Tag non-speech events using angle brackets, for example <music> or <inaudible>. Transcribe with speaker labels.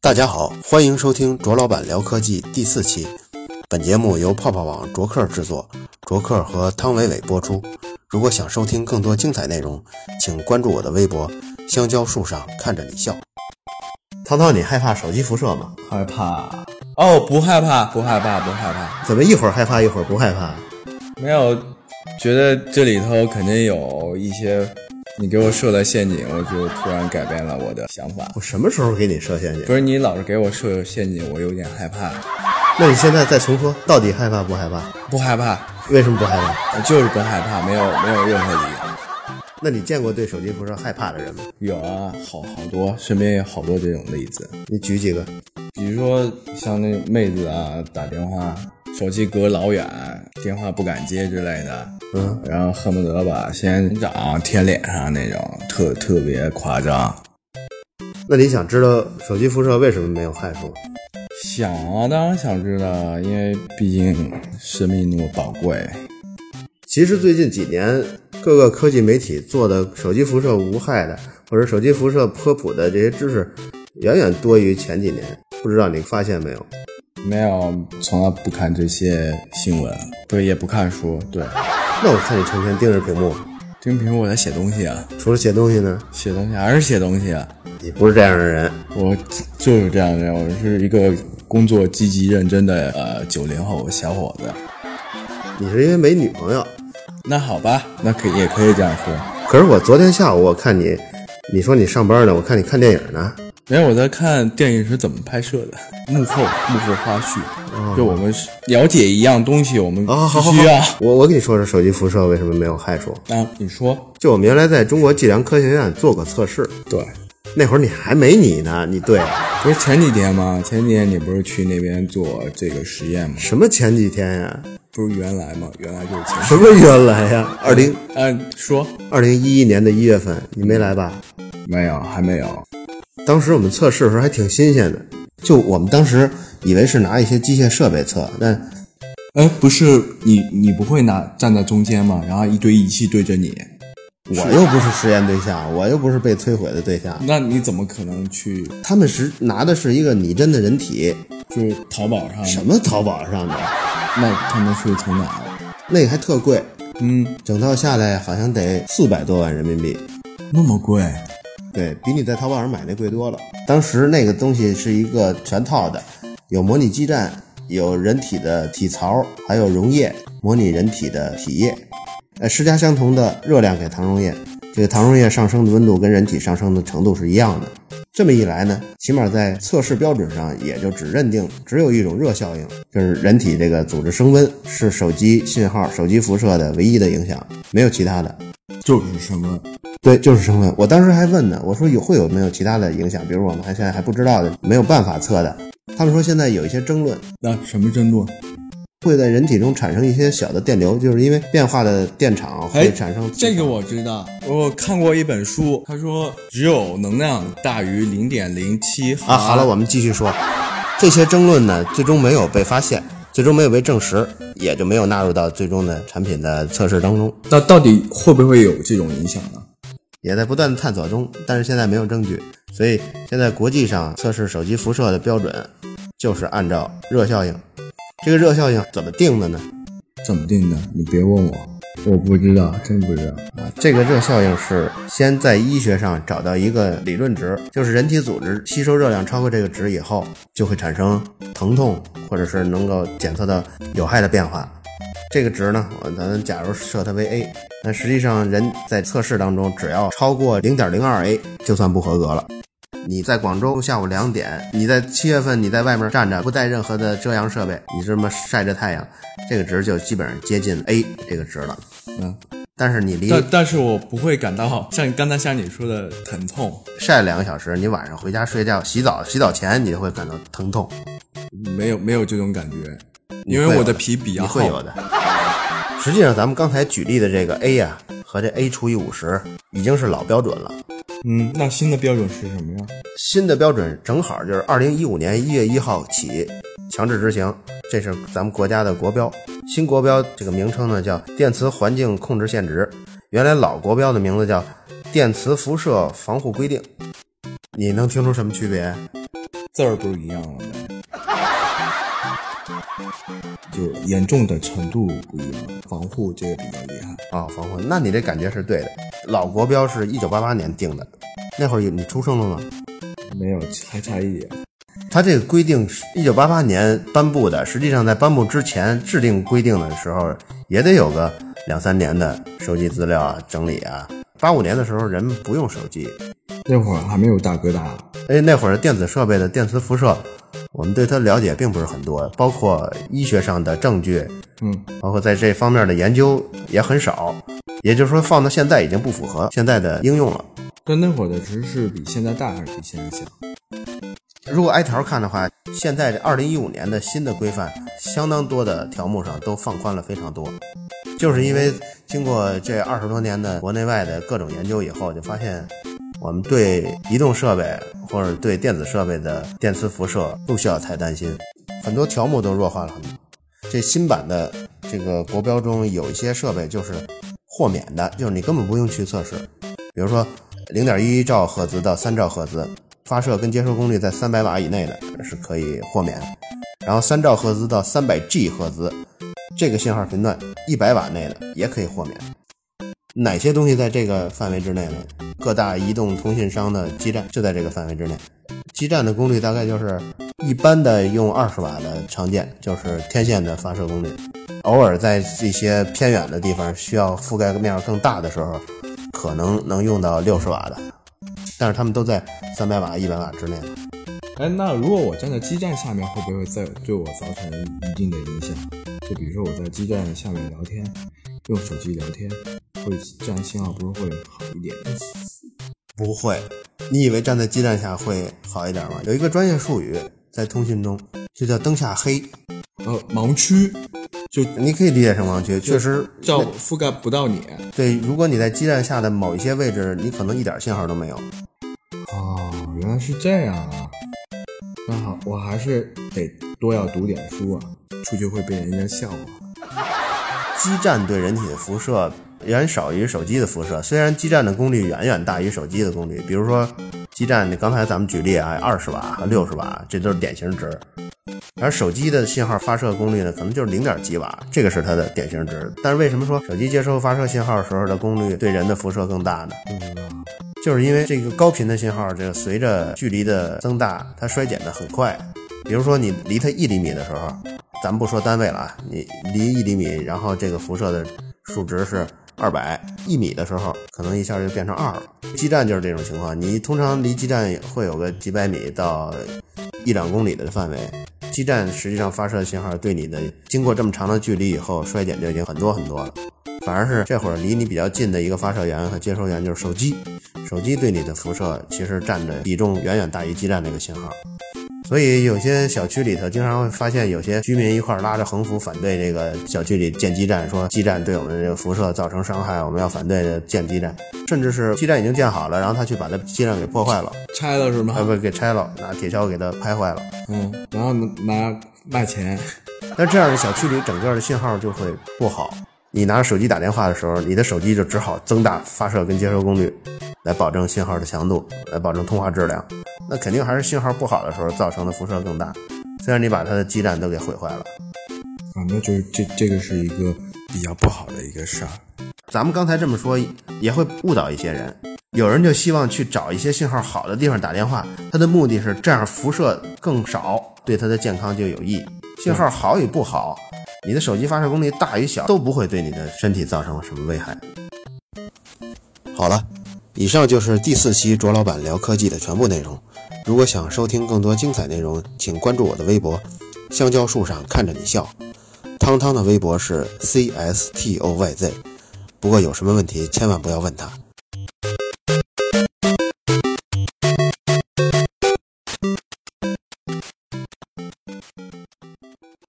Speaker 1: 大家好，欢迎收听卓老板聊科技第四期。本节目由泡泡网卓克制作，卓克和汤伟伟播出。如果想收听更多精彩内容，请关注我的微博“香蕉树上看着你笑”。汤汤，你害怕手机辐射吗？
Speaker 2: 害怕哦，不害怕，不害怕，不害怕，
Speaker 1: 怎么一会儿害怕一会儿不害怕？
Speaker 2: 没有，觉得这里头肯定有一些你给我设的陷阱，我就突然改变了我的想法。
Speaker 1: 我什么时候给你设陷阱
Speaker 2: 不？是你老是给我设陷阱，我有点害怕，
Speaker 1: 那你现在再重说，到底害怕不害怕？
Speaker 2: 不害怕，
Speaker 1: 为什么不害怕？
Speaker 2: 我就是不害怕，没有没有任何理
Speaker 1: 那你见过对手机辐射害怕的人吗？
Speaker 2: 由。有啊，好好多，身边有好多这种例子，
Speaker 1: 你举几个？
Speaker 2: 比如说像那妹子啊，打电话手机隔老远，电话不敢接之类的，
Speaker 1: 嗯，
Speaker 2: 然后恨不得把仙人掌贴脸上那种，特特别夸张。
Speaker 1: 那你想知道手机辐射为什么没有害处吗？
Speaker 2: 想啊，当然想知道，啊因为毕竟生命那么宝贵。
Speaker 1: 其实最近几年，各个科技媒体做的手机辐射无害的，或者手机辐射科普的这些知识，远远多于前几年。不知道你发现没有？
Speaker 2: 没有，从来不看这些新闻，对，也不看书，对。
Speaker 1: 那我看你成天盯着屏幕，
Speaker 2: 盯屏幕我在写东西啊，
Speaker 1: 除了写东西呢，
Speaker 2: 写东西还是写东西啊。
Speaker 1: 你不是这样的人。
Speaker 2: 我就是这样的人，我是一个工作积极认真的呃九零后小伙子。
Speaker 1: 你是因为没女朋友。
Speaker 2: 那好吧，那可以也可以这样说。
Speaker 1: 可是我昨天下午我看你，你说你上班呢，我看你看电影呢。
Speaker 2: 没有，我在看电影是怎么拍摄的， <laughs> 嗯幕后幕后花絮。就我们是了解一样东西，我们
Speaker 1: 啊，好好
Speaker 2: 必须要。
Speaker 1: 好，我我跟你说说手机辐射为什么没有害处。
Speaker 2: 啊，你说
Speaker 1: 就我们原来在中国计量科学院做过测试，
Speaker 2: 对？
Speaker 1: 那会儿你还没你呢，你对。
Speaker 2: 不是前几天吗？前几天你不是去那边做这个实验吗？
Speaker 1: 什么前几天呀？
Speaker 2: 不是原来吗？原来就是前
Speaker 1: 什么原来呀？二零
Speaker 2: 嗯、说
Speaker 1: 二零一一年的一月份，你没来吧？
Speaker 2: 没有，还没有。
Speaker 1: 当时我们测试的时候还挺新鲜的，就我们当时以为是拿一些机械设备测，但
Speaker 2: 哎，不是你，你不会拿站在中间吗？然后一堆仪器对着你，
Speaker 1: 我又不是实验对象，我又不是被摧毁的对象。
Speaker 2: 那你怎么可能去？
Speaker 1: 他们是拿的是一个拟真的人体，
Speaker 2: 就是淘宝上，
Speaker 1: 什么淘宝上的，
Speaker 2: 那他们是从哪儿？
Speaker 1: 那个还特贵，
Speaker 2: 嗯，
Speaker 1: 整套下来好像得四百多万人民币。
Speaker 2: 那么贵？
Speaker 1: 对比你在淘宝上买那贵多了。当时那个东西是一个全套的，有模拟基站，有人体的体槽，还有溶液模拟人体的体液，呃，施加相同的热量给糖溶液。这个糖溶液上升的温度跟人体上升的程度是一样的。这么一来呢，起码在测试标准上也就只认定只有一种热效应，就是人体这个组织升温是手机信号、手机辐射的唯一的影响，没有其他的。
Speaker 2: 就是什么？
Speaker 1: 对，就是升温。我当时还问呢，我说有会有没有其他的影响，比如我们还现在还不知道的，没有办法测的。他们说现在有一些争论，
Speaker 2: 那什么争论？
Speaker 1: 会在人体中产生一些小的电流，就是因为变化的电场会
Speaker 2: 哎
Speaker 1: 产生
Speaker 2: 这个我知道，我看过一本书，他说只有能量大于零点零七毫
Speaker 1: 啊，好了，我们继续说。这些争论呢，最终没有被发现，最终没有被证实，也就没有纳入到最终的产品的测试当中，
Speaker 2: 那到底会不会有这种影响啊呢？
Speaker 1: 也在不断的探索中。但是现在没有证据，所以现在国际上测试手机辐射的标准就是按照热效应。这个热效应怎么定的呢？
Speaker 2: 怎么定的？你别问我，我不知道，真不知道。
Speaker 1: 啊，这个热效应是先在医学上找到一个理论值，就是人体组织吸收热量超过这个值以后，就会产生疼痛，或者是能够检测到有害的变化。这个值呢，我咱假如设它为 a，那实际上人在测试当中，只要超过零点零二 a 就算不合格了。你在广州下午两点，你在七月份你在外面站着，不带任何的遮阳设备，你这么晒着太阳，这个值就基本上接近 a 这个值了。
Speaker 2: 嗯，
Speaker 1: 但是你离
Speaker 2: 但但是我不会感到像刚才像你说的疼痛，
Speaker 1: 晒两个小时，你晚上回家睡觉、洗澡、洗澡前，你就会感到疼痛，
Speaker 2: 没有没有这种感觉，
Speaker 1: 你
Speaker 2: 因
Speaker 1: 会
Speaker 2: 为我
Speaker 1: 有的
Speaker 2: 的皮比
Speaker 1: 你
Speaker 2: 较厚。
Speaker 1: 会有的。 <laughs> 实际上，咱们刚才举例的这个 a 呀、和这 a 除以五十已经是老标准了。
Speaker 2: 嗯，那新的标准是什么呀？
Speaker 1: 新的标准正好就是二零一五年一月一号起强制执行，这是咱们国家的国标。新国标这个名称呢叫电磁环境控制限值，原来老国标的名字叫电磁辐射防护规定。你能听出什么区别？
Speaker 2: 字儿不是一样了吗？ <laughs> 就严重的程度不一样，防护这个比较厉害。
Speaker 1: 啊、防护，那你这感觉是对的。老国标是一九八八年定的，那会儿你出生了吗？
Speaker 2: 没有，还差一点。
Speaker 1: 它这个规定是一九八八年颁布的，实际上在颁布之前制定规定的时候，也得有个两三年的收集资料啊、整理啊。八五年的时候，人们不用手机，
Speaker 2: 那会儿还没有大哥大，
Speaker 1: 哎，那会儿电子设备的电磁辐射，我们对它了解并不是很多，包括医学上的证据，
Speaker 2: 嗯，
Speaker 1: 包括在这方面的研究也很少。也就是说，放到现在已经不符合现在的应用了。
Speaker 2: 但那会儿的值是比现在大还是比现在小？
Speaker 1: 如果挨条看的话，现在这二零一五年的新的规范，相当多的条目上都放宽了非常多，就是因为经过这二十多年的国内外的各种研究以后，就发现我们对移动设备或者对电子设备的电磁辐射不需要太担心，很多条目都弱化了很多。这新版的这个国标中有一些设备就是豁免的，就是你根本不用去测试，比如说零点一兆赫兹到三兆赫兹，发射跟接收功率在三百瓦以内的是可以豁免，然后三兆赫兹到三百 G 赫兹这个信号频段一百瓦内的也可以豁免。哪些东西在这个范围之内呢？各大移动通信商的基站就在这个范围之内，基站的功率大概就是一般的用二十瓦的常见，就是天线的发射功率。偶尔在一些偏远的地方需要覆盖面更大的时候，可能能用到六十瓦的，但是他们都在三百瓦、一百瓦之内。
Speaker 2: 哎，那如果我站在基站下面，会不会在对我造成一定的影响？就比如说我在基站下面聊天，用手机聊天，会这样信号不是会好一点？
Speaker 1: 不会，你以为站在基站下会好一点吗？有一个专业术语在通讯中，就叫灯下黑，
Speaker 2: 呃，盲区就
Speaker 1: 你可以理解成盲区，确实
Speaker 2: 叫覆盖不到你
Speaker 1: 对。如果你在基站下的某一些位置，你可能一点信号都没有。
Speaker 2: 哦，原来是这样啊。那好，我还是得多要读点书啊，出去会被人家笑话。
Speaker 1: 基站对人体的辐射远少于手机的辐射，虽然基站的功率远远大于手机的功率。比如说，基站你刚才咱们举例啊，二十瓦和六十瓦，这都是典型值。而手机的信号发射功率呢，可能就是零点几瓦，这个是它的典型值。但是为什么说手机接收发射信号时候的功率对人的辐射更大呢？就是因为这个高频的信号，这个随着距离的增大，它衰减的很快。比如说你离它一厘米的时候，咱们不说单位了啊，你离一厘米，然后这个辐射的数值是二百，一米的时候，可能一下就变成二了。基站就是这种情况，你通常离基站会有个几百米到一两公里的范围。基站实际上发射的信号对你的经过这么长的距离以后衰减就已经很多很多了，反而是这会儿离你比较近的一个发射源和接收源就是手机，手机对你的辐射其实占的比重远远大于基站这个信号。所以有些小区里头经常会发现有些居民一块儿拉着横幅反对这个小区里建基站，说基站对我们这个辐射造成伤害，我们要反对的建基站，甚至是基站已经建好了，然后他去把它基站给破坏了，
Speaker 2: 拆了是
Speaker 1: 啊
Speaker 2: 吗？
Speaker 1: 不给拆了，拿铁锹给它拍坏了。
Speaker 2: 嗯，然后拿拿卖钱。
Speaker 1: 那这样的小区里整个的信号就会不好。你拿着手机打电话的时候，你的手机就只好增大发射跟接收功率，来保证信号的强度，来保证通话质量。那肯定还是信号不好的时候造成的辐射更大。虽然你把它的基站都给毁坏了，
Speaker 2: 啊，那就是这这个是一个比较不好的一个事儿。
Speaker 1: 咱们刚才这么说也会误导一些人。有人就希望去找一些信号好的地方打电话，他的目的是这样辐射更少，对他的健康就有益。信号好与不好，你的手机发射功率大与小都不会对你的身体造成什么危害。好了，以上就是第四期卓老板聊科技的全部内容。如果想收听更多精彩内容，请关注我的微博“香蕉树上看着你笑”，汤汤的微博是 c s t o y z。不过有什么问题千万不要问他，